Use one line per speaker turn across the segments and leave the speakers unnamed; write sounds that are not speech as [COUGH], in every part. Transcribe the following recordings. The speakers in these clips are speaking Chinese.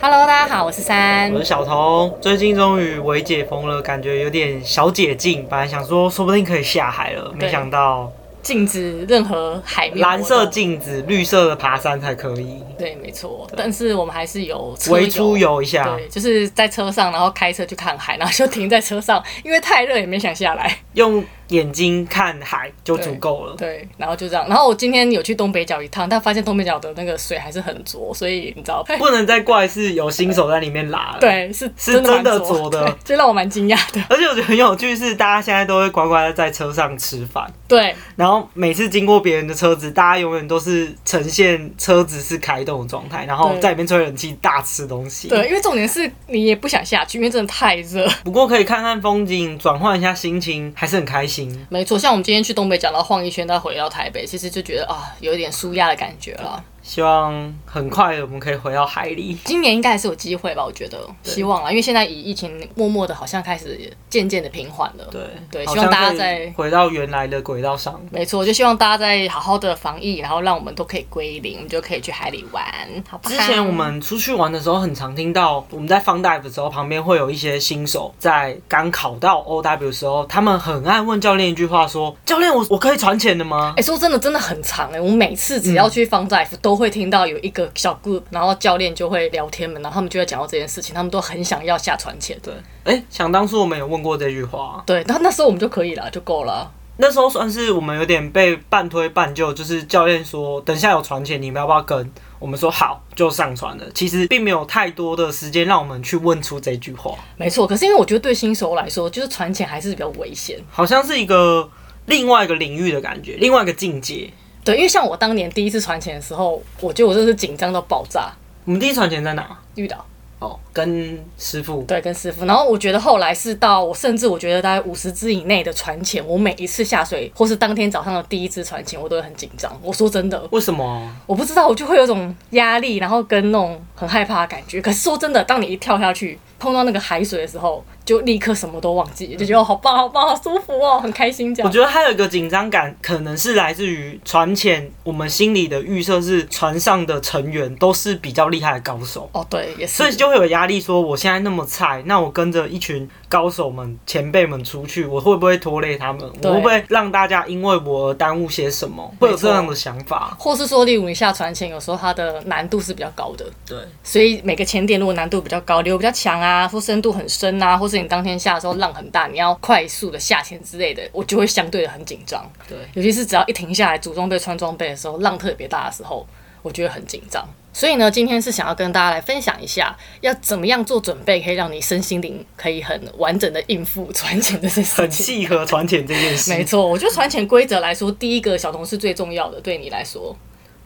Hello，大家好，我是三
我。是小童，最近终于微解封了，感觉有点小解禁。本来想说，说不定可以下海了，
对
没想到
禁止任何海面活动
蓝色，镜子、绿色的爬山才可以。
对，没错。但是我们还是有车
微出游一下，
对，就是在车上，然后开车去看海，然后就停在车上，因为太热也没想下来。
用眼睛看海就 [LAUGHS] 足够了。
对，然后就这样。然后我今天有去东北角一趟，但发现东北角的那个水还是很浊，所以你知道，
不能再怪是有新手在里面拉了。，
对，是
是
真的
真的
蛮浊
浊的
对就让我蛮惊讶
[LAUGHS]
的。
而且我觉得很有趣是，大家现在都会乖乖地在车上吃饭，
对，
然后每次经过别人的车子，大家永远都是呈现车子是开动的状态，然后
对
在里面吹冷气大吃东西。
对，因为重点是你也不想下去，因为真的太热。
不过可以看看风景，转换一下心情，还是很开心。
没错，像我们今天去东北角，然后晃一圈，再回到台北，其实就觉得啊，有一点舒压的感觉了。
希望很快我们可以回到海里。
今年应该还是有机会吧，我觉得，
对
希望啦，因为现在以疫情默默的，好像开始渐渐的平缓了。
对
对
好
希望
像
大家
可以
在
回到原来的轨道上。
没错，就希望大家再好好的防疫，然后让我们都可以归零，我们就可以去海里玩，好不好？
之前我们出去玩的时候，很常听到我们在放 dive 的时候，旁边会有一些新手在刚考到 OW 的时候，他们很爱问教练一句话说：“教练，我我可以传钱的吗
哎、说真的，真的很长哎、我每次只要去放 dive，、都会听到有一个小 group，然后教练就会聊天们，然后他们就会讲到这件事情，他们都很想要下船前？”。
对，哎、想当初我们有问过这句话，
对，然后那时候我们就可以了，就够了。啊
那时候算是我们有点被半推半就，就是教练说等一下有传钱，你们要不要跟？我们说好，就上传了。其实并没有太多的时间让我们去问出这句话，
没错，可是因为我觉得对新手来说，就是船前还是比较危险。
好像是一个另外一个领域的感觉，另外一个境界。
对，因为像我当年第一次船前的时候，我觉得我真的是紧张到爆炸，
我们第一传钱在哪？
遇到
哦，跟师傅。
对跟师傅。然后我觉得后来是到我甚至我觉得大概五十只以内的船前，我每一次下水或是当天早上的第一只船前，我都会很紧张。我说真的，
为什么？
我不知道，我就会有种压力，然后跟那种很害怕的感觉。可是说真的，当你一跳下去碰到那个海水的时候，就立刻什么都忘记，就觉得哦好棒好棒，好舒服哦，很开心这
我
样。
觉得还有一个紧张感，可能是来自于船前我们心里的预设是船上的成员都是比较厉害的高手，
哦，对，也是。
所以就会有压力，说我现在那么菜，那我跟着一群高手们、前辈们出去，我会不会拖累他们？
对
我会不会让大家因为我而耽误些什么？会有这样的想法。
或是说，例如你下船前，有时候它的难度是比较高的，
对，
所以每个潜点如果难度比较高，流比较强啊，或深度很深啊，或是你当天下的时候浪很大，你要快速的下潜之类的，我就会相对的很紧张。
对
尤其是只要一停下来组装备、穿装备的时候，浪特别大的时候，我就会很紧张。所以呢，今天是想要跟大家来分享一下，要怎么样做准备，可以让你身心灵可以很完整的应付船潜这件事
很
情。
契合船前这件
没
事，
错，我觉得船潜规则来说，第一个小童是最重要的，对你来说。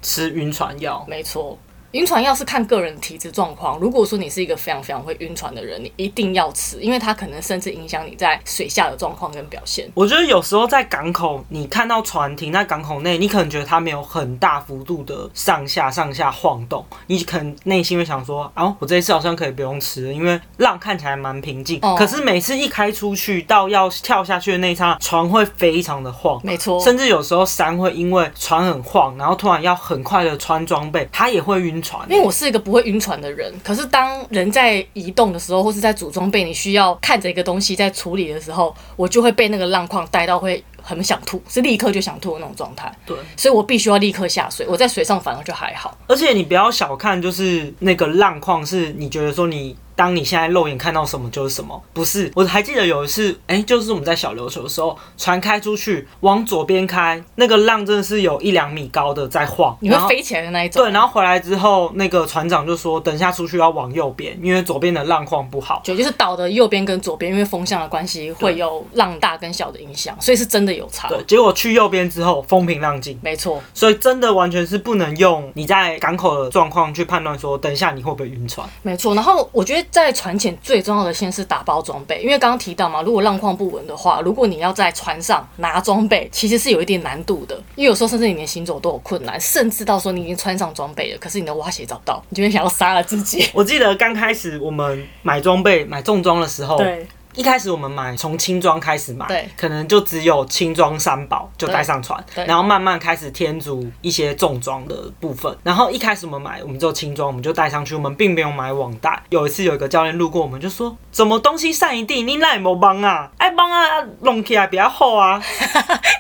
吃晕船药。
没错，晕船药是看个人体质状况。如果说你是一个非常非常会晕船的人，你一定要吃，因为它可能甚至影响你在水下的状况跟表现。
我觉得有时候在港口，你看到船停在港口内，你可能觉得它没有很大幅度的上下上下晃动，你可能内心会想说，啊，我这一次好像可以不用吃了，因为浪看起来蛮平静。
哦
可是每次一开出去到要跳下去的那一刹，船会非常的晃。
没错，
甚至有时候山会因为船很晃，然后突然要很快的穿装备，它也会晕船。
因为我是一个不会晕船的人，可是当人在移动的时候，或是在组装备，你需要看着一个东西在处理的时候，我就会被那个浪况带到会很想吐，是立刻就想吐的那种状态。
对，
所以我必须要立刻下水。我在水上反而就还好。
而且你不要小看，就是那个浪况，是你觉得说你当你现在肉眼看到什么就是什么，不是？我还记得有一次，哎、就是我们在小琉球的时候，船开出去往左边开，那个浪真的是有一两米高的在晃，
你会
然后
飞起来的那一种，
对，然后回来之后，那个船长就说，等一下出去要往右边，因为左边的浪况不好。
就就是岛的右边跟左边，因为风向的关系会有浪大跟小的影响，所以是真的有差。
对，结果去右边之后风平浪静，
没错，
所以真的完全是不能用你在港口的状况去判断说，等一下你会不会晕船。
没错。然后我觉得在船前最重要的先是打包装备，因为刚刚提到嘛，如果浪况不稳的话，如果你要在船上拿装备，其实是有一点难度的，因为有时候甚至你连行走都有困难，甚至到时候你已经穿上装备了，可是你的蛙鞋找不到，你就会想要杀了自己。
我记得刚开始我们买装备、买重装的时候，
对，
一开始我们买从轻装开始买，
对
可能就只有轻装三宝就带上船，
对对
然后慢慢开始添足一些重装的部分。然后一开始我们买，我们就轻装，我们就带上去，我们并没有买网袋。有一次有一个教练路过，我们就说：“怎么东西散一地，你哪没帮啊？哎帮啊，弄起来比较厚啊。”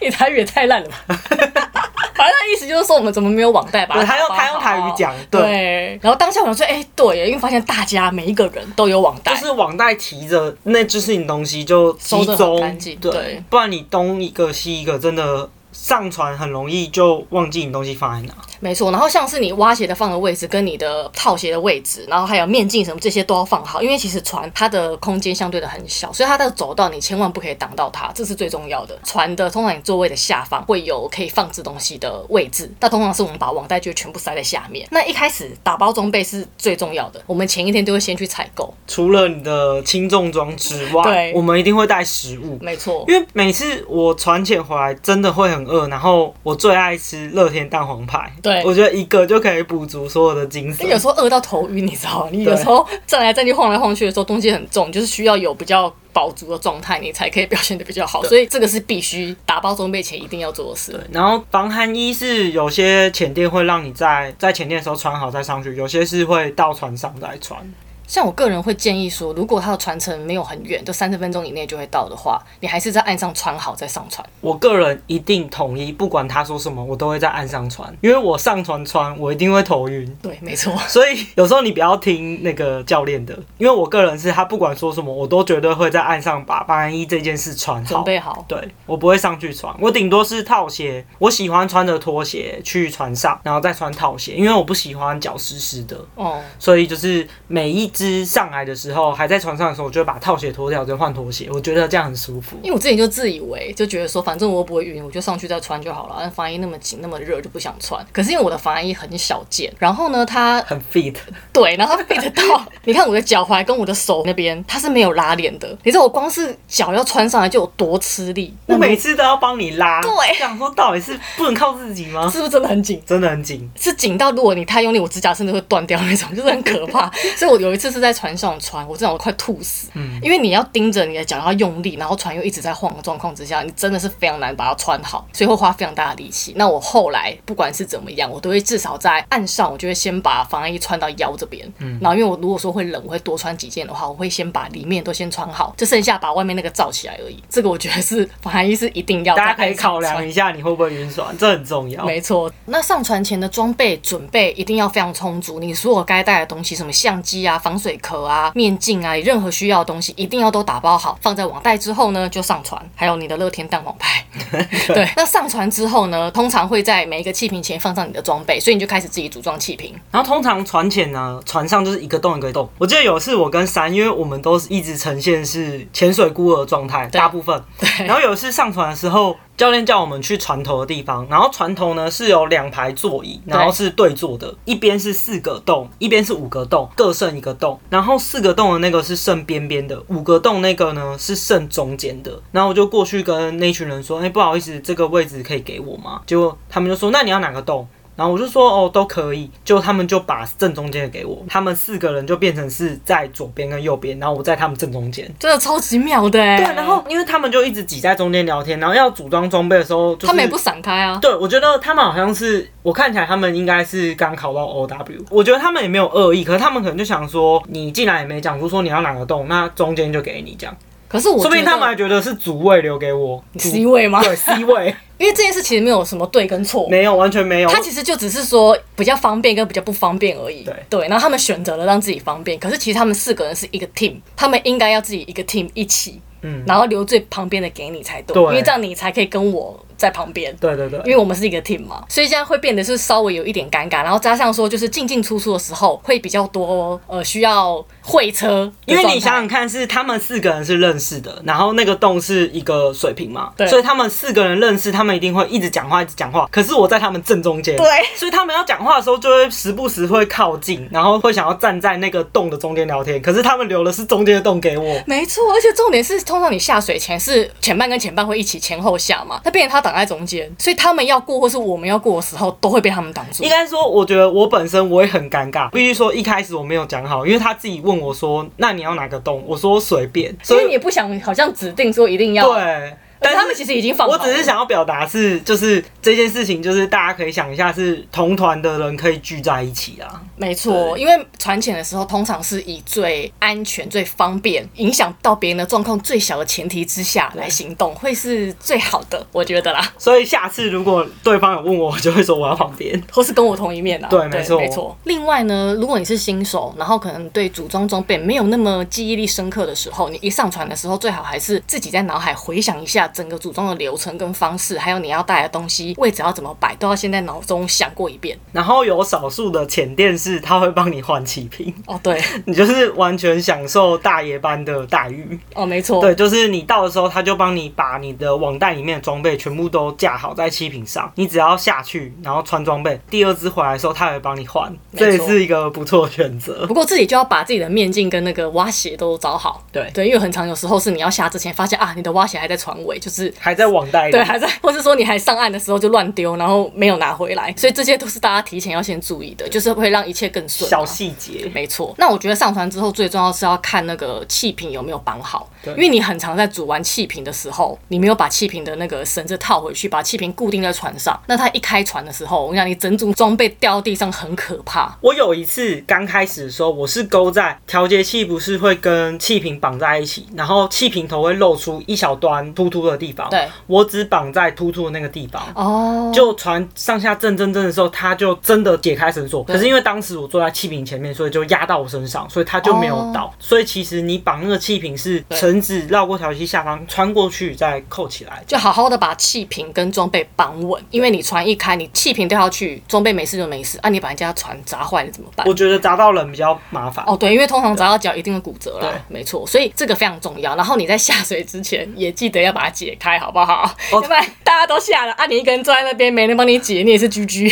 你台语也太烂了吧！反正他意思就是说，我们怎么没有网贷吧？
对他用
把它包好
他用台语讲对
对。然后当下我想说，哎、对耶，因为发现大家每一个人都有网贷，
就是网袋提着，那就是你东西就集
收得
中
很干净，对
不然你东一个西一个，真的上船很容易就忘记你东西放在哪。
没错。然后像是你蛙鞋的放的位置，跟你的套鞋的位置，然后还有面镜什么这些都要放好，因为其实船它的空间相对的很小，所以它的走道你千万不可以挡到它，这是最重要的。船的通常你座位的下方会有可以放置东西的位置，那通常是我们把网袋就全部塞在下面。那一开始打包装备是最重要的，我们前一天都会先去采购，
除了你的轻重装之外
对，
我们一定会带食物。
没错。
因为每次我船潜回来真的会很饿，然后我最爱吃乐天蛋黄派，
对
我觉得一个就可以补足所有的精神
因为。有时候饿到头晕，你知道吗？你有
对
时候站来站去、晃来晃去的时候，东西很重，就是需要有比较饱足的状态，你才可以表现的比较好。所以这个是必须打包装备前一定要做的事。
然后防寒衣是有些潜店会让你在在潜店的时候穿好再上去，有些是会到船上再穿。
像我个人会建议说，如果它的船程没有很远，就三十分钟以内就会到的话，你还是在岸上穿好再上船。
我个人一定统一，不管他说什么，我都会在岸上穿，因为我上船穿，我一定会头晕。
对，没 [LAUGHS] 错。
所以有时候你不要听那个教练的，因为我个人是他不管说什么，我都绝对会在岸上把八安一这件事穿
准
好。
备好，
对，我不会上去穿，我顶多是套鞋。我喜欢穿着拖鞋去船上，然后再穿套鞋，因为我不喜欢脚湿湿的。
哦、
所以就是每一只上来的时候，还在船上的时候，我就会把套鞋脱掉，再换拖鞋。我觉得这样很舒服。
因为我之前就自以为就觉得说，反正我又不会晕，我就上去再穿就好了。但防寒衣那么紧那么热，就不想穿。可是因为我的防寒衣很小件，然后呢，它
很 fit，
对，然后它 fit
[LAUGHS]
到，你看我的脚踝跟我的手那边，它是没有拉链的。你知道我光是脚要穿上来就有多吃力，
我
那
每次都要帮你拉。
对
想说到底是不能靠自己吗？
是不是真的很紧？
真的很紧。
是紧到如果你太用力，我指甲甚至会断掉那种， [LAUGHS] 就是很可
[LAUGHS]
怕。所以我有一次是在船上穿，我真的我快吐死，
嗯
因为你要盯着你的脚要用力，然后船又一直在晃的状况之下，你真的是非常难把它穿好，所以会花非常大的力气。那我后来不管是怎么样，我都会至少在岸上，我就会先把防寒衣穿到腰这边，
嗯
然后因为我如果说会冷，我会多穿几件的话，我会先把里面都先穿好，就剩下把外面那个罩起来而已。这个我觉得是防寒衣是一定要
大家
在
可以
岸上
考
穿
量一下你会不会晕船，这很重要。
没错，那上船前的装备准备一定要非常充足，你所有该带的东西，什么相机啊、防水壳啊、面镜啊，你任何需要的东西一定要都打包好，放在网袋之后呢就上船。还有你的乐天蛋黄
[LAUGHS]
派，对。那上船之后呢，通常会在每一个气瓶前放上你的装备，所以你就开始自己组装气瓶。
然后通常船潜呢，船上就是一个洞一个洞。我记得有一次我跟三，因为我们都是一直呈现是潜水孤儿状态，
对
大部分。然后有一次上船的时候，教练叫我们去船头的地方，然后船头呢是有两排座椅，然后是对坐的，一边是四个洞，一边是五个洞，各剩一个洞。然后四个洞的那个是剩边边的，五个洞那个呢是剩中间的。然后我就过去跟那群人说：“哎、不好意思，这个位置可以给我吗？”结果他们就说：“那你要哪个洞？”然后我就说哦都可以，就他们就把正中间的给我，他们四个人就变成是在左边跟右边，然后我在他们正中间。
真的超级妙的、欸，
对，啊然后因为他们就一直挤在中间聊天，然后要组装装备的时候，就是、
他们也不闪开啊，
对，我觉得他们好像是，我看起来他们应该是刚考到 OW，我觉得他们也没有恶意，可是他们可能就想说，你进来也没讲出说你要哪个洞，那中间就给你这样，
可是我
说不定
觉
他
得
们还觉得是主位留给我
是因为吗？
对 C 位，
因为这件事其实没有什么对跟错，
没有，完全没有。
他其实就只是说比较方便跟比较不方便而已。
对
然后他们选择了让自己方便，可是其实他们四个人是一个 team，他们应该要自己一个 team 一起，
嗯
然后留最旁边的给你才对，
对
因为这样你才可以跟我在旁边。
对对对
因，为我们是一个 team 嘛，所以这样会变得是稍微有一点尴尬，然后加上说就是进进出出的时候会比较多，呃，需要会车的
因为
状态，
你想想看，是他们四个人是认识的，然后那个洞是一个水平嘛，
对
所以他们四个人认识，他们一定会一直讲话，一直讲话。可是我在他们正中间，
对
所以他们要讲话的时候，就会时不时会靠近，然后会想要站在那个洞的中间聊天。可是他们留的是中间的洞给我，
没错，而且重点是，通常你下水前是前半跟前半会一起前后下嘛，那变成他挡在中间，所以他们要过或是我们要过的时候，都会被他们挡住
应。该说，我觉得我本身我也很尴尬。必须说，一开始我没有讲好，因为他自己问我说：“那你要哪个洞？”我说随便，
所
所
以你
以
也不想好像指定说一定要，
对。
但
但
他们其实已经放好
我
了。
只是想要表达是，就是这件事情，就是大家可以想一下，是同团的人可以聚在一起啊。
没错，因为传钱的时候，通常是以最安全、最方便、影响到别人的状况最小的前提之下来行动，会是最好的，我觉得啦。
所以下次如果对方有问我，我就会说我要旁边。
或是跟我同一面啊，
对
没
没错
错。另外呢，如果你是新手，然后可能对组装装备没有那么记忆力深刻的时候，你一上船的时候，最好还是自己在脑海回想一下整个组装的流程跟方式，还有你要带的东西、位置要怎么摆，都要先在脑中想过一遍。
然后有少数的浅店是，他会帮你换气瓶， [LAUGHS]
哦，对，
你就是完全享受大爷般的待遇。
[LAUGHS] 哦，没错，
对，就是你到的时候，他就帮你把你的网袋里面的装备全部都架好在气瓶上，你只要下去，然后穿装备，第二支回来的时候，他也会帮你换，
没错
这也是一个不错的选择。
不过自己就要把自己的面镜跟那个蛙鞋都找好。
对，
对，因为很常有时候是你要下之前发现啊，你的蛙鞋还在船尾，就是
还在网袋里。
对，还在，或是说你还上岸的时候就乱丢，然后没有拿回来，所以这些都是大家提前要先注意的，就是会让一切更顺、
小细节。
没错，那我觉得上船之后最重要是要看那个气瓶有没有绑好，因为你很常在煮完气瓶的时候，你没有把气瓶的那个绳子套回去，把气瓶固定在船上，那它一开船的时候，我跟你讲，你整组装备掉地上很可怕。
我有一次刚开始的时候，我是勾在调节器，不是会跟气瓶绑在一起，然后气瓶头会露出一小端突突的地方。
对，
我只绑在突突的那个地方。
哦，
就船上下震震震的时候，他就真的解开绳索。可是因为当时我坐在气瓶前面，所以就压到我身上，所以他就没有倒。
哦
所以其实你绑那个气瓶是绳子绕过调节器下方穿过去再扣起来。
就好好的把气瓶跟装备绑稳，因为你船一开，你气瓶掉下去，装备没事就没事啊，你把人家船砸坏了怎么办？
我觉得砸到人比较麻烦。
哦，对，因为通常砸到脚一定会骨折啦
对，
没错，所以这个非常重要。然后你在下水之前也记得要把它解开，好不好？
哦
要不然大家都下了啊，你一个人坐在那边没人帮你解，你也是居
[LAUGHS]
居。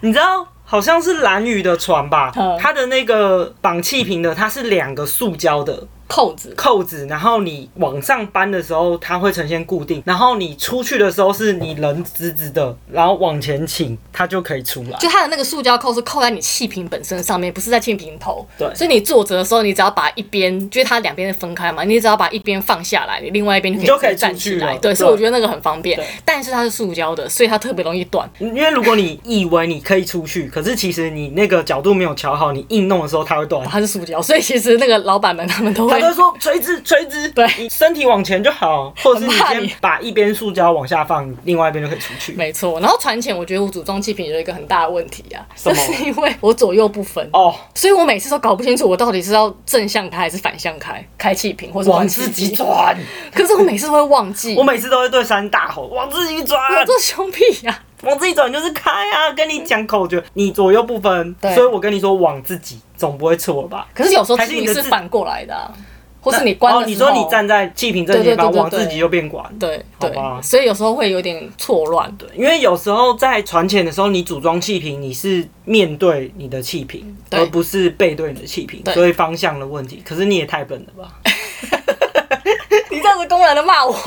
你知道好像是蓝宇的船吧
嗯？
它的那个绑气瓶的，它是两个塑胶的
扣子
扣子，然后你往上搬的时候，它会呈现固定，然后你出去的时候是你人直直的，然后往前倾，它就可以出来。
就它的那个塑胶扣是扣在你气瓶本身上面，不是在气瓶头。
对
所以你坐着的时候，你只要把一边，就是它两边是分开嘛，你只要把一边放下来，你另外一边
你就
可以直
可以
接站
出去
起来。
了
对，
对
所以我觉得那个很方便
对。
但是它是塑胶的，所以它特别容易断。
因为如果你以为你可以出去，可是其实你那个角度没有调好，你硬弄的时候它会断。
它是塑胶，所以其实那个老板们他们都
他
会
就说垂直垂直，
对
你身体往前就好，或者是你
很怕你
先把一边塑胶往下放，另外一边就可以出去。
没错，然后船前我觉得我组装气瓶有一个很大的问题啊，
什
就
么
是因为我左右不分，
哦，
所以我每次都搞不清楚我到底是要正向开还是反向开，开气瓶或者
往
换气
自己
瓶。
转，
可是我每次都会忘记，[LAUGHS]
我
我
每次都会对山大吼：往自己转，
做啊胸屁呀、
往自己转就是开啊！跟你讲口诀，你左右不分，
对
所以我跟你说往自己，总不会错吧？
可是有时候
还是
气瓶
你的
是
自
反过来的、啊，或是你关
哦，
的
你
时候
说你站在气瓶正前
对对对
方，
对
往
对
自己就变管。
对对
好吧，
所以有时候会有点错乱。对，
因为有时候在船前的时候，你组装气瓶，你是面对你的气瓶，
对
而不是背对你的气瓶
对，
所以方向的问题。可是你也太笨了吧？
你这样子公然的骂我， [LAUGHS]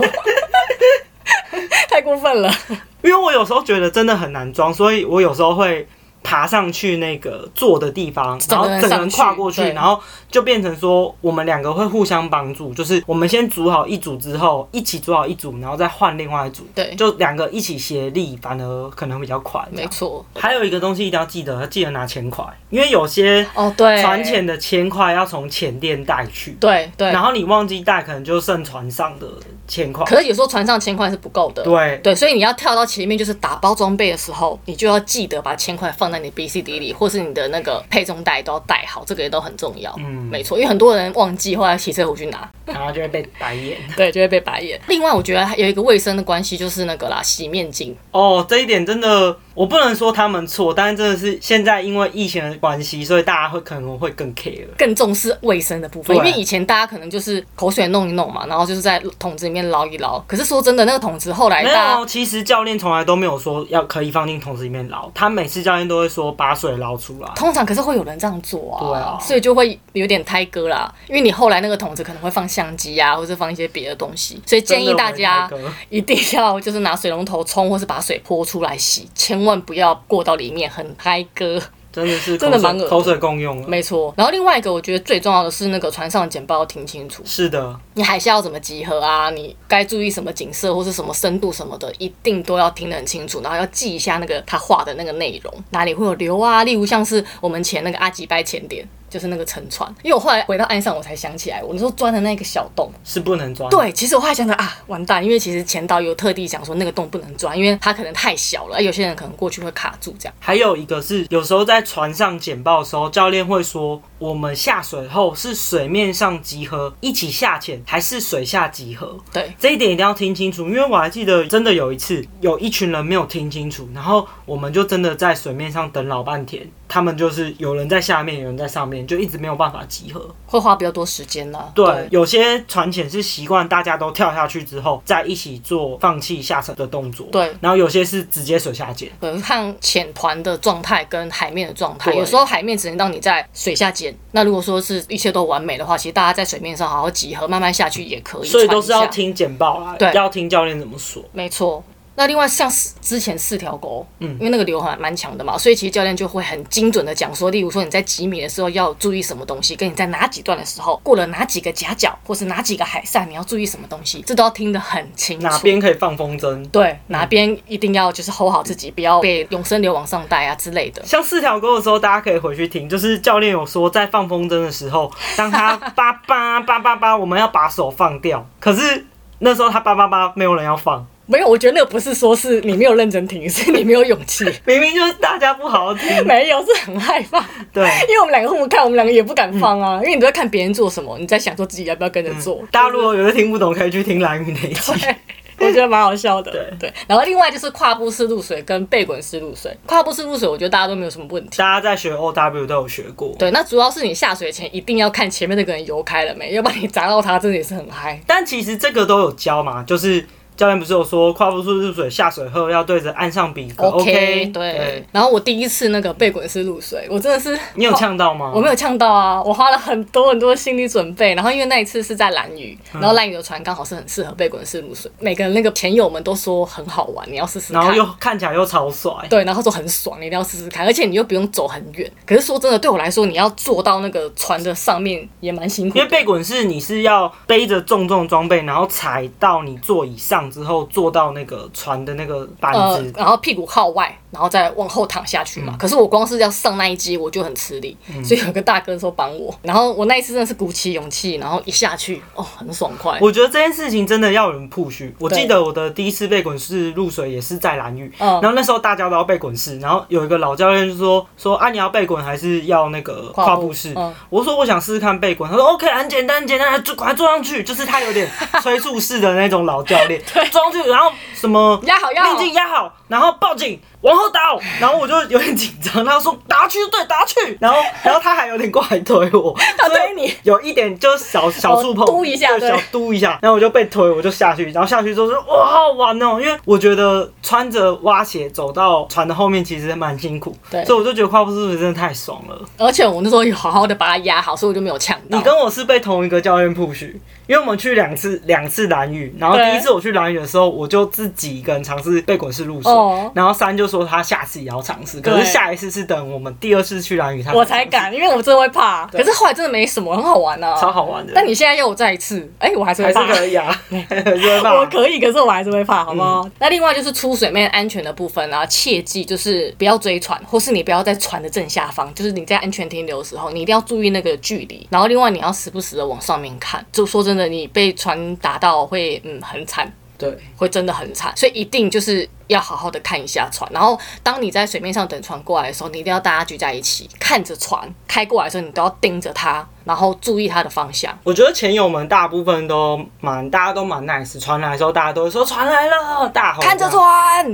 太过分了。
因为我有时候觉得真的很难装，所以我有时候会爬上去那个坐的地方，然
整
后
个人
整个
上
人
去
跨过去，
对
然后就变成说我们两个会互相帮助，就是我们先组好一组之后，一起组好一组，然后再换另外一组，
对
就两个一起协力，反而可能比较快。这
没
样
错，
还有一个东西一定要记得，记得拿钱块，因为有些
哦对，
船钱的钱块要从前店带去，
对对，
然后你忘记带，可能就剩船上的钱块。
可是有时候船上千块是不够的。
对
对，所以你要跳到前面，就是打包装备的时候，你就要记得把千块放在你 B C D 里，或是你的那个配重袋都要带好，这个也都很重要。嗯，没错，因为很多人忘记，后来骑车回去拿，
然后就会被白眼。
对，就会被白眼。另外，我觉得还有一个卫生的关系就是那个啦，洗面巾。
哦，这一点真的，我不能说他们错，但是真的是现在因为疫情的关系，所以大家会可能会更 care。
更重视卫生的部分，因
对
为以前大家可能就是口水弄一弄嘛，然后就是在桶子里面捞一捞。可是说真的，那个桶子后来
没
哎大家
有，其实教练从来都没有说要可以放进桶子里面捞，他每次教练都会说把水捞出来。
通常可是会有人这样做啊，
对啊
所以就会有点胎割啦，因为你后来那个桶子可能会放相机啊，或者放一些别的东西。所以建议大家
真的我也太
一定要就是拿水龙头冲，或是把水泼出来洗，千万不要过到里面，很嗨哥。
真的是
真的
口水
蛮恶的
口水共用了。
没错。然后另外一个，我觉得最重要的是那个船上的简报要听清楚，
是的，
你海啸怎么集合啊？你该注意什么景色或是什么深度什么的，一定都要听得很清楚，然后要记一下那个他画的那个内容，哪里会有流啊？例如像是我们前那个阿吉拜前点，就是那个沉船，因为我后来回到岸上，我才想起来，我那时候钻的那个小洞，
是不能装。，
对，其实我后来想到啊，完蛋，因为其实前导有特地讲说那个洞不能钻，因为它可能太小了，有些人可能过去会卡住这样。
还有一个是有时候在船上简报的时候，教练会说我们下水后是水面上集合一起下潜，还是水下集合？
对，
这一点一定要听清楚，因为我还记得真的有一次，有一群人没有听清楚，然后我们就真的在水面上等老半天，他们就是有人在下面，有人在上面，就一直没有办法集合。
会花比较多时间啦。
对，有些船潜是习惯大家都跳下去之后，再一起做放弃下沉的动作。
对
然后有些是直接水下潜。
对，看浅团的状态跟海面的状态，
对
有时候海面只能让你在水下捡。那如果说是一切都完美的话，其实大家在水面上好好集合，慢慢下去也可以。
所以都是
喘一
要
下。
听简报啦，
对
要听教练怎么说。
没错。那另外像四之前四条沟，
嗯
嗯，因为那个流还蛮强的嘛，所以其实教练就会很精准的讲说，例如说你在几米的时候要注意什么东西，跟你在哪几段的时候过了哪几个夹角，或是哪几个海扇，你要注意什么东西，这都要听得很清楚。
哪边可以放风筝？
对哪边一定要就是 hold 好自己，不要被永生流往上带啊之类的。
像四条沟的时候，大家可以回去听，就是教练有说，在放风筝的时候，当他叭叭叭叭叭，我们要把手放掉。可是那时候他叭叭叭，没有人要放，
没有，我觉得那个不是说是你没有认真听，是你没有勇气，
明明就是大家不好好听。
[LAUGHS] 没有是很害怕。
对，
因为我们两个互看，我们两个也不敢放啊，因为你都在看别人做什么，你在想说自己要不要跟着做。
大家如果有的听不懂，可以去听蓝宇那一
嗯 [LAUGHS]
集。
我觉得蛮好笑的，
对
然后另外就是跨步式入水跟背滚式入水，跨步式入水我觉得大家都没有什么问题。
大家在学 O W 都有学过，
对，那主要是你下水前一定要看前面那个人游开了没，要不然你砸到他真的也是很嗨。
但其实这个都有教嘛，就是教练不是有说跨步速入水下水后要对着岸上比个 OK，
啊对。然后我第一次那个背滚式入水，我真的是
你有呛到吗？
我没有呛到啊，我花了很多很多心理准备。然后因为那一次是在蓝屿，
嗯
然后蓝屿的船刚好是很适合背滚式入水，每个那个前友们都说很好玩，你要试试
然
看
后。又看起来又超帅，
对，然后他说很爽，你一定要试试看，而且你又不用走很远。可是说真的，对我来说，你要坐到那个船的上面也蛮辛苦
因为
的。
背滚是你是要背着重重装备，然后踩到你座椅上之后，坐到那个船的那个板
呃
子，，嗯
然后屁股靠外，然后再往后躺下去嘛。可是我光是要上那一机，我就很吃力，所以有个大哥说帮我。然后我那一次真的是鼓起勇气，然后一下去，哦，很爽快。
我觉得这件事情真的要有人 push。我
对
记得我的第一次被滚式入水也是在蓝屿，
嗯
然后那时候大家都要被滚式，然后有一个老教练就说说啊你要被滚还是要那个
跨步
跨步式？
嗯
我说我想试试看被滚，他说 OK 很简单很简单，就赶快坐上去，就是他有点催促式的那种老教
[LAUGHS]
练，坐上去然后什么
压好压好
立定压好，然后报警。往后倒，然后我就有点紧张。他说打去就对，打去。然后，然后他还有点过来推我，
[LAUGHS] 他推你，
有一点就是小小触碰，
哦嘟一下
对
对
小嘟一下，然后我就被推，我就下去，然后下去之后说哇好好玩哦，因为我觉得穿着蛙鞋走到船的后面其实蛮辛苦，
对
所以我就觉得跨步是不是真的太爽了？
而且我那时候有好好的把它压好，所以我就没有呛到。
你跟我是被同一个教练 push，因为我们去两次两次蓝屿，然后
对
第一次我去蓝屿的时候，我就自己一个人尝试被滚式入水，
哦
然后三就说他下次也要尝试，可
对
是下一次是等我们第二次去蓝屿，他
我才敢，因为我真的会怕。可是后来真的没什么，很好玩啊，
超好玩的，
但你现在要我再一次，哎、我还是会
还是
怕。 [LAUGHS]
可以啊， [LAUGHS] 对吧？
我可以，可是我还是会怕，好不
嗯
好？那另外就是出水面安全的部分啊，切记就是不要追船，或是你不要在船的正下方，就是你在安全停留的时候，你一定要注意那个距离。然后另外你要时不时的往上面看，就说真的，你被船打到会嗯很惨。
对。
会真的很惨，所以一定就是要好好的看一下船。然后，当你在水面上等船过来的时候，你一定要大家聚在一起，看着船开过来的时候，你都要盯着它，然后注意它的方向。
我觉得前友们大部分都蛮，大家都蛮 nice。传来的时候，大家都会说船来了，大吼
哦看着
船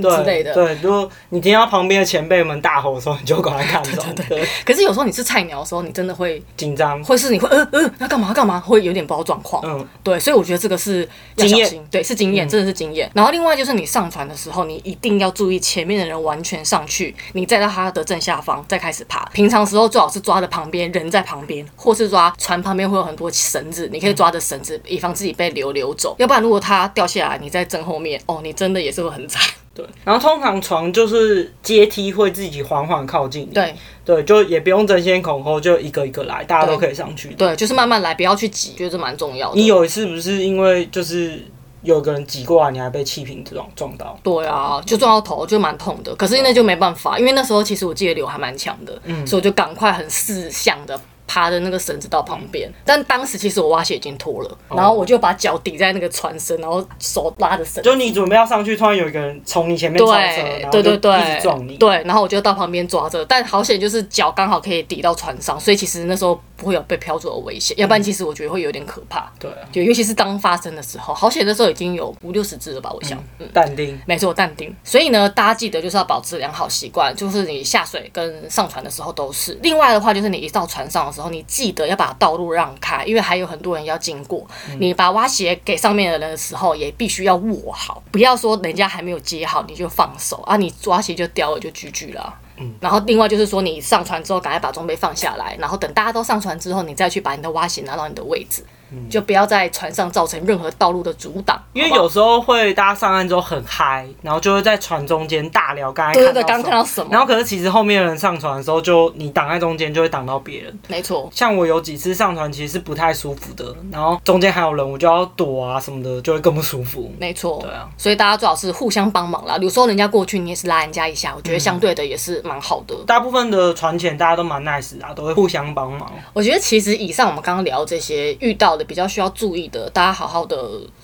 船之类的。
对，如果你听到旁边的前辈们大吼的时候，你就赶快
[LAUGHS]
看走。对，
可是有时候你是菜鸟的时候，你真的会，
紧张。
会是你会呃呃要干嘛干嘛，会有点不知道状况。
嗯，
对，所以我觉得这个是要
经
小
验嗯
心，对，是经验，真的是经验。然后另外就是你上船的时候，你一定要注意前面的人完全上去，你再到他的正下方再开始爬。平常时候最好是抓着旁边人在旁边，或是抓船旁边会有很多绳子，你可以抓着绳
嗯
子，以防自己被流流走。要不然如果它掉下来，你在正后面，哦，你真的也是会很惨。
对，然后通常床就是阶梯会自己缓缓靠近你，
对
对，就也不用争先恐后，就一个一个来，大家都可以上去。
对，就是慢慢来，不要去挤，觉得这蛮重要的。
你有一次不是因为就是有个人挤过来，你还被气瓶撞撞到？
对啊，就撞到头就蛮痛的，可是那就没办法，因为那时候其实我记得流还蛮强的，
嗯
所以我就赶快很识相的。爬的那个绳子到旁边，但当时其实我蛙鞋已经脱了，
哦
然后我就把脚抵在那个船身，然后手拉着绳子，
就你准备要上去，突然有一个人从你前面超车，
对
然后
对
就
对对，
一直撞你。
对，然后我就到旁边抓着，但好险就是脚刚好可以抵到船上，所以其实那时候不会有被飘走的危险，要不然其实我觉得会有点可怕，
嗯对啊
就尤其是当发生的时候，好险那时候已经有五六十只了吧，我想，嗯
淡定。
没错，淡定。所以呢，大家记得就是要保持良好习惯，就是你下水跟上船的时候都是。另外的话，就是你一到船上的时候，你记得要把道路让开，因为还有很多人要经过。
嗯
你把蛙鞋给上面的人的时候，也必须要握好，不要说人家还没有接好你就放手啊，你蛙鞋就掉了就 GG 了啊。
嗯
然后另外就是说，你上船之后赶快把装备放下来，然后等大家都上船之后，你再去把你的蛙鞋拿到你的位置，就不要在船上造成任何道路的阻挡，
嗯因为
好不好
有时候会大家上岸之后很嗨，然后就会在船中间大聊刚才
对对
看
对，刚看
到
到
什
什
么。
么，
然后可是其实后面的人上船的时候就，你挡在中间就会挡到别人。
没错。
像我有几次上船其实是不太舒服的，然后中间还有人，我就要躲啊什么的，就会更不舒服。
没错，对
啊，
所以大家最好是互相帮忙啦。有时候人家过去，你也是拉人家一下，我觉得
嗯
相对的也是蛮好的。
大部分的船前大家都蛮 nice 的、啊，都会互相帮忙。
我觉得其实以上我们刚刚聊这些遇到的比较需要注意的，大家好好的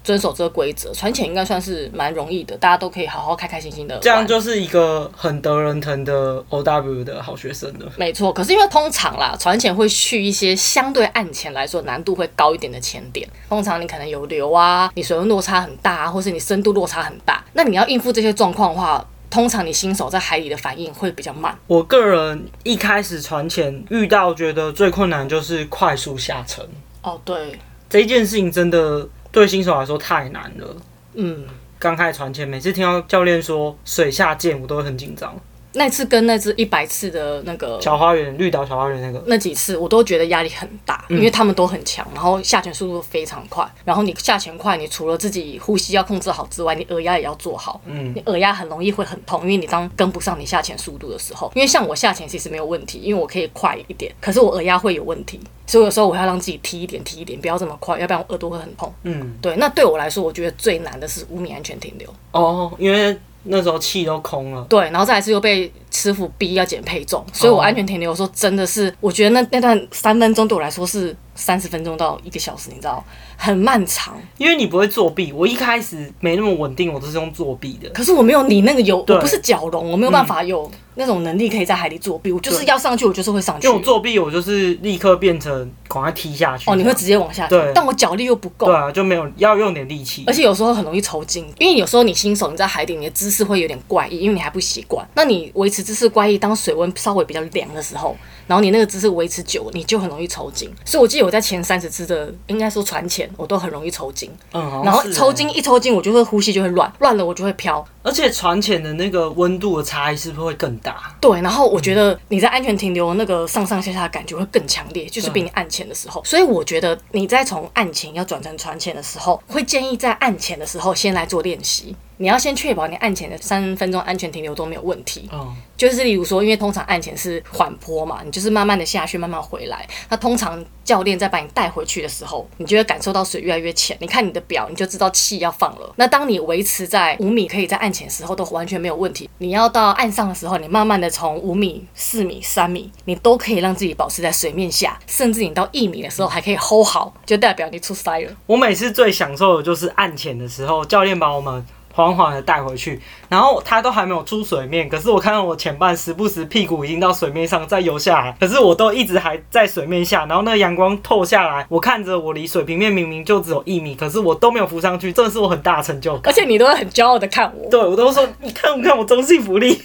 遵守这个规则，船潜应该算是蛮容易的，大家都可以好好开开心心的。
这样就是一个很得人疼的 OW 的好学生了。
没错，可是因为通常啦，船潜会去一些相对岸前来说难度会高一点的潜点。通常你可能有流啊，你水温落差很大、啊，或是你深度落差很大。那你要应付这些状况的话，通常你新手在海里的反应会比较慢。
我个人一开始船前遇到觉得最困难就是快速下沉
哦，对，
这一件事情，真的对新手来说太难了。
嗯。
刚开始船前，每次听到教练说水下见，我都会很紧张。
那次跟那只一百次的那个
小花园、绿岛小花园那个，
那几次，我都觉得压力很大，因为他们都很强，然后下潜速度非常快，然后你下潜快，你除了自己呼吸要控制好之外，你耳压也要做好。嗯，你耳压很容易会很痛，因为你当跟不上你下潜速度的时候，因为像我下潜其实没有问题，因为我可以快一点，可是我耳压会有问题，所以有时候我要让自己踢一点，踢一点，不要这么快，要不然我耳朵会很痛。
嗯，
对，那对我来说，我觉得最难的是五米安全停留。
哦，因为那时候气都空了，
对，然后再来是又被师傅逼要减配重，所以我安全停留的时候真的是，我觉得那那段三分钟对我来说是三十分钟到一个小时，你知道，很漫长。
因为你不会作弊。我一开始没那么稳定，我都是用作弊的。
可是我没有你那个有，
对
我不是蛟龙，我没有办法有那种能力可以在海里作弊，我就是要上去，我就是会上去
因为。我作弊，我就是立刻变成赶快踢下去。
哦，你会直接往下跳
对，
但我脚力又不够
对，啊，就没有要用点力气
而。且有时候很容易抽筋，因为有时候你新手你在海底，你的姿势会有点怪异，因为你还不习惯。那你维持姿势怪异，当水温稍微比较凉的时候，然后你那个姿势维持久，你就很容易抽筋。所以我记得我在前三十次的，应该说船前，我都很容易抽筋。
嗯，好像
然后
是
抽
欸。
筋一抽筋，我就会呼吸就会乱，乱了我就会飘。
而且船潜的那个温度的差异是不是会更大？
对，然后我觉得你在安全停留那个上上下下的感觉会更强烈，就是比你岸前的时候。所以我觉得你在从岸前要转成船前的时候，会建议在岸前的时候先来做练习。你要先确保你岸前的三分钟安全停留都没有问题。
嗯，
就是例如说，因为通常岸前是缓坡嘛，你就是慢慢的下去，慢慢回来。那通常教练在把你带回去的时候，你就会感受到水越来越浅。你看你的表，你就知道气要放了。那当你维持在五米，可以在岸前的时候都完全没有问题。你要到岸上的时候，你慢慢的从五米、四米、三米，你都可以让自己保持在水面下，甚至你到一米的时候还可以 hold 好，就代表你出塞了。
我每次最享受的就是岸潜的时候，教练把我们缓缓的带回去，然后他都还没有出水面，可是我看到我前半时不时屁股已经到水面上再游下来，可是我都一直还在水面下，然后那阳光透下来，我看着我离水平面明明就只有一米，可是我都没有浮上去，这是我很大的成就
而
感。
且你都会很骄傲的看我。
[LAUGHS] 对我都说你看我看我中性福利，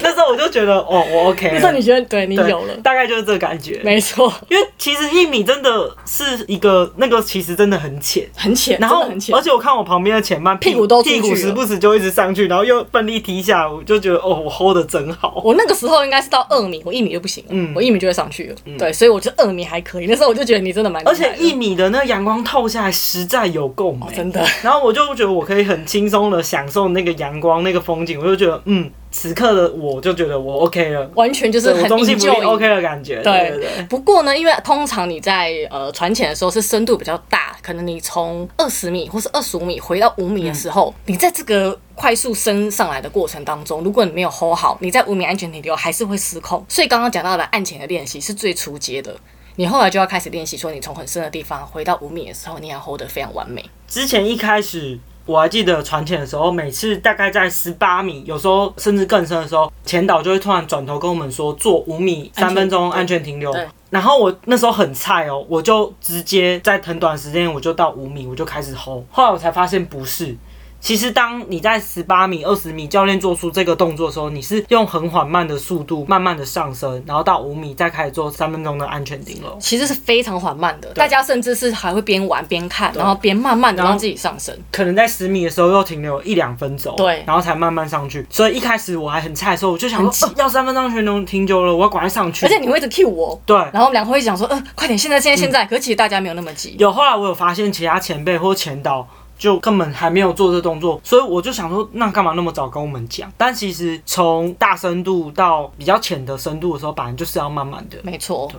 那时候我就觉得哦，我 OK 了。
那时候你觉得对你
对
有了，
大概就是这个感觉。
没错，
因为其实一米真的是一个那个，其实真的很浅。
很浅，
然后
真的很，浅
而。且我看我旁边的前半
屁股都出去
屁
了
股时不时就一直上去，然后又奋力踢下，我就觉得哦，我 hold 的真好。
我那个时候应该是到二米，我一米就不行了，
嗯
我一米就会上去了，对，所以我觉得二米还可以。那时候我就觉得你真的蛮厉害
而
的，
且一米的那阳光透下来，实在有够美、
真的
然后我就觉得我可以很轻松的享受那个阳光、那个风景，我就觉得嗯，此刻的我就觉得我 OK 了，
完全就是
对我
很
中性不力
enjoy
OK 的感觉。对
对
对对，
不过呢，因为通常你在呃船潜的时候是深度比较大，可能你从二十米或是二十五米回到五米的时候，你在这个快速升上来的过程当中，如果你没有 hold 好，你在五米安全停留还是会失控。所以刚刚讲到的岸潜的练习是最初阶的。你后来就要开始练习，说你从很深的地方回到五米的时候，你要 hold 得非常完美。
之前一开始我还记得船潜的时候，每次大概在十八米，有时候甚至更深的时候，前导就会突然转头跟我们说做五米
安全
三分钟
对
安全停留
对。
然后我那时候很菜哦，我就直接在很短时间我就到五米，我就开始吼。后来我才发现不是。其实，当你在十八米、二十米，教练做出这个动作的时候，你是用很缓慢的速度，慢慢的上升，然后到五米，再开始做三分钟的安全顶楼。
其实是非常缓慢的，大家甚至是还会边玩边看，然后边慢慢的
然后
让自己上升。
可能在十米的时候又停留一两分钟，
对
然后才慢慢上去。所以一开始我还很菜的时候，我就想
很急
说、呃要三分钟全能停久了，我要赶快上去。
而且你会一直 cue 我，
对，嗯
然后我们两个会讲说，呃，快点，现在，现在，现在。可是其实大家没有那么急，
有后来我有发现其他前辈或前导就根本还没有做这动作，所以我就想说，那干嘛那么早跟我们讲？但其实从大深度到比较浅的深度的时候，本来就是要慢慢的。
没错，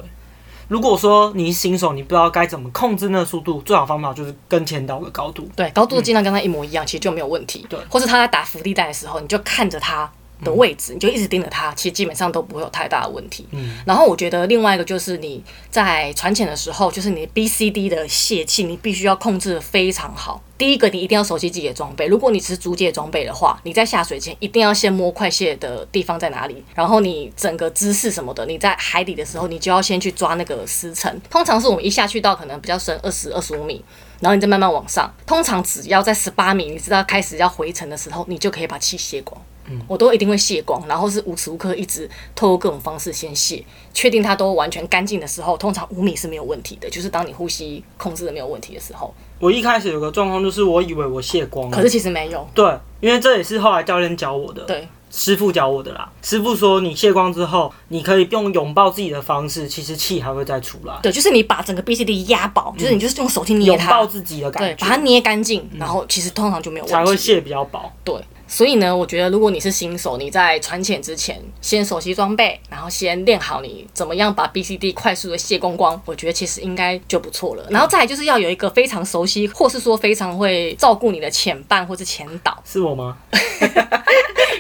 如果说你是新手，你不知道该怎么控制那个速度，最好方法就是跟前导的高度。
对，高度尽量跟他一模一样，其实就没有问题。
对
或是他在打伏地带的时候，你就看着他的位
嗯
置，你就一直盯着他，其实基本上都不会有太大的问题。嗯，然后我觉得另外一个就是你在传潜的时候，就是你 B、C、D 的泄气，你必须要控制的非常好。第一个，你一定要熟悉自己的装备。如果你只是租借装备的话，你在下水前一定要先摸快蟹的地方在哪里，然后你整个姿势什么的，你在海底的时候，你就要先去抓那个丝层。通常是我们一下去到可能比较深，二十二十五米，然后你再慢慢往上。通常只要在十八米，你知道开始要回程的时候，你就可以把气泄光。我都一定会卸光，然后是无时无刻一直透过各种方式先卸，确定它都完全干净的时候，通常五米是没有问题的，就是当你呼吸控制的没有问题的时候，
我一开始有个状况就是，我以为我卸光了，
可是其实没有。
对，因为这也是后来教练教我的。
对，
师傅教我的啦。师傅说，你卸光之后，你可以用拥抱自己的方式，其实气还会再出来，
对，就是你把整个 B C D 压饱，就是你就是用手去捏
嗯拥
它
抱，自己
对，
的感
把它
觉嗯
捏干净，然后其实通常就没有问题，
才会卸比较薄。
对，所以呢，我觉得如果你是新手，你在船潜之前先熟悉装备，然后先练好你怎么样把 B C D 快速的卸光光，我觉得其实应该就不错了。然后再来就是要有一个非常熟悉，或是说非常会照顾你的潜伴或是潜导，
是我吗？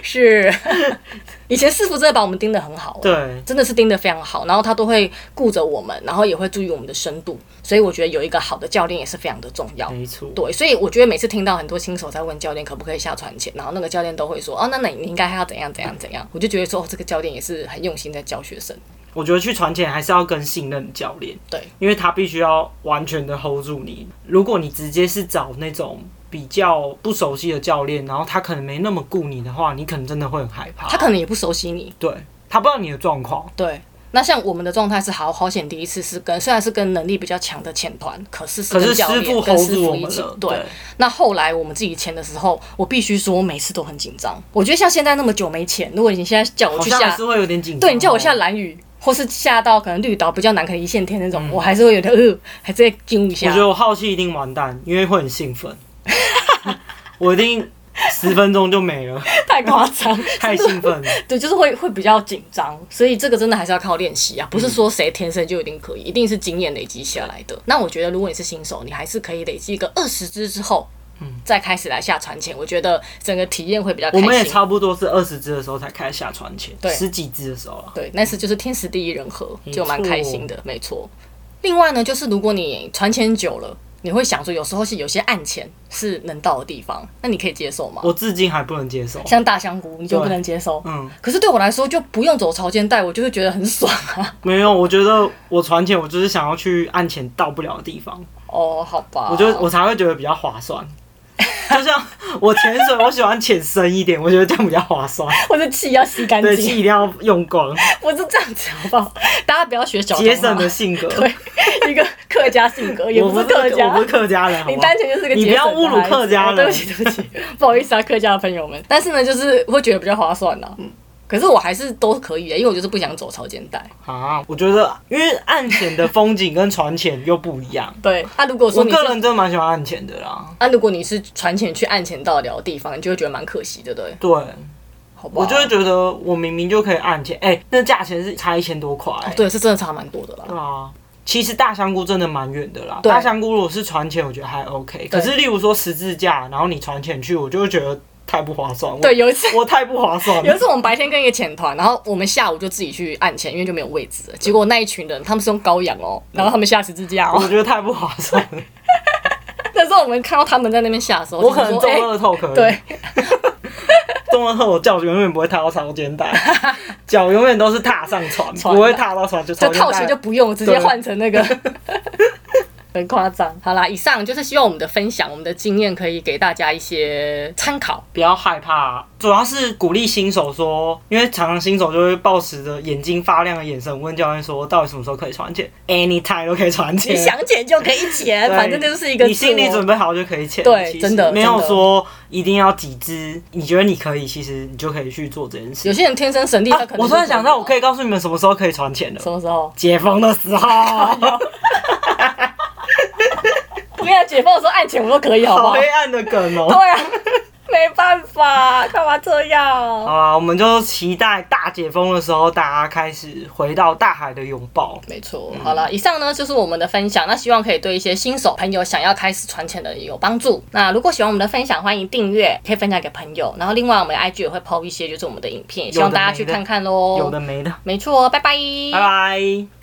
是 [LAUGHS] 以前师傅真的把我们盯得很好、欸，
对，
真的是盯得非常好，然后他都会顾着我们，然后也会注意我们的深度，所以我觉得有一个好的教练也是非常的重要。
没错。
对，所以我觉得每次听到很多新手在问教练可不可以下船前，然后那个教练都会说，哦，那那你应该还要怎样怎样怎样，我就觉得说，哦，这个教练也是很用心在教学生。
我觉得去船前还是要跟信任教练，
对，
因为他必须要完全的 hold 住你。如果你直接是找那种比较不熟悉的教练，然后他可能没那么顾你的话，你可能真的会很害怕。
他可能也不熟悉你，
对他不知道你的状况，
对。那像我们的状态是好好险，第一次是跟虽然是跟能力比较强的潜团，可是是
可
跟
是
教
师
练
傅
跟
hold
师
住我
傅一
们
起
了。。
对，那后来我们自己潜的时候，我必须说，我每次都很紧张。我觉得像现在那么久没潜，如果你现在叫我
好
去
像还
下
是会有点紧张哦。
对你叫我下蓝雨，或是下到可能绿岛比较难，可能一线天那种，我还是会有点呃，还是会惊一
嗯我
下
觉。得我好奇一定完蛋，因为会很兴奋， [LAUGHS] 我一定十分钟就
[LAUGHS]
没了，
太夸
[LAUGHS]
张，
太兴奋了。
对，就是会会比较紧张，所以这个真的还是要靠练习啊，不是
嗯
说谁天生就一定可以，一定是经验累积下来的。那我觉得，如果你是新手，你还是可以累积个二十支之后，
嗯
再开始来下船前，我觉得整个体验会比较开
我
心。
们也差不多是二十只的时候才开始下船前，
对
十几只的时候啊了。
对，那次就是天时地利人和，
没
就蛮开心的，没错。另外呢，就是如果你船前久了，你会想说，有时候是有些岸前是能到的地方，那你可以接受吗？
我至今还不能接受。
像大香菇，你就不
对
能接受。
嗯，
可是对我来说，就不用走潮间带，我就会觉得很爽啊。
没有，我觉得我船前我就是想要去岸前到不了的地方，
哦，好吧，
我就我才会觉得比较划算。就像我潜水，我喜欢潜深一点，我觉得这样比较划算。
[LAUGHS] 我的气要吸干
对，气
净，
一定要用光，
我是这样子好不好？ [LAUGHS] 大家不要学小
节
童啊
省的性
[LAUGHS]
格。
对一个客家性格，也
[LAUGHS] 我
是
不
客
我不
家
是。客家人，好
你
吗
单？纯就是个
你不
节省
要
的
侮辱
孩子
客家
哦 [LAUGHS] 对不
人
起，对不起，不好意思啊，客家的朋友们。但是呢，就是会觉得比较划算啦。可是我还是都可以的，因为我就是不想走潮间带。
啊，我觉得因为岸潜的风景跟船潜又不一
[LAUGHS]
样。
对，那、啊如果
我
说你
个
是
人真的蛮喜欢岸潜的啦。
啊，如果你是船前去岸前到了的地方，你就会觉得蛮可惜的，对不对？
对，
好吧，
我就会觉得我明明就可以岸潜，哎、那价钱是差一千多块、
哦对，是真的差蛮多的啦。
对啊，其实大香菇真的蛮远的啦。
对
大香菇如果是船潜，我觉得还 OK。可是例如说十字架，然后你船潜去，我就会觉得太不划算。我，
对，有一次。
我太不划算
有一
了。
次我们白天跟一个潜团，然后我们下午就自己去岸潜，因为就没有位置了。结果那一群人他们是用高氧哦，然后他们下十字架
我
哦。
觉得太不划算了。
[LAUGHS] 那时候我们看到他们在那边下的时候，就
我可
想
能
说
中
哎
乐透可以，
对，
[LAUGHS] 中乐透我脚永远不会踏到超肩带，脚永远都是踏上船，
船
不会踏到船就超
就
肩
套鞋
带
就。不用，直接
对
换成那 [LAUGHS] 个。很夸张。好啦，以上就是希望我们的分享，我们的经验可以给大家一些参考。
不要害怕，主要是鼓励新手说，因为常常新手就会抱持着眼睛发亮的眼神问教练说，到底什么时候可以传钱？Anytime 都可以传钱，
你想减就可以减，
对
反正这就是一个
你心
自
理
我
准备好就可以潜。
对
其实
真的
没有
真的
说一定要几只，你觉得你可以，其实你就可以去做这件
有
事。
些人天生神力，他
啊
可能、
我突然想到，我可
以
以告诉你们什么时候可以传钱了
什，么时候？ [LAUGHS]
解封的时候，
我跟你讲，解放的时候按钱我都可以，好不
好
好？
[LAUGHS] 黑暗的梗哦、
[LAUGHS] 对啊，没办法，干嘛这样？
好啦，我们就期待大解封的时候，大家开始回到大海的拥抱。
没错，好了，以上呢就是我们的分享，那希望可以对一些新手朋友想要开始传钱的人有帮助。那如果喜欢我们的分享，欢迎订阅，可以分享给朋友。然后另外我们的 IG 也会 PO 一些就是我们的影片，也希望大家去看看
有
喽
的。没的，
没错，拜拜，
拜拜。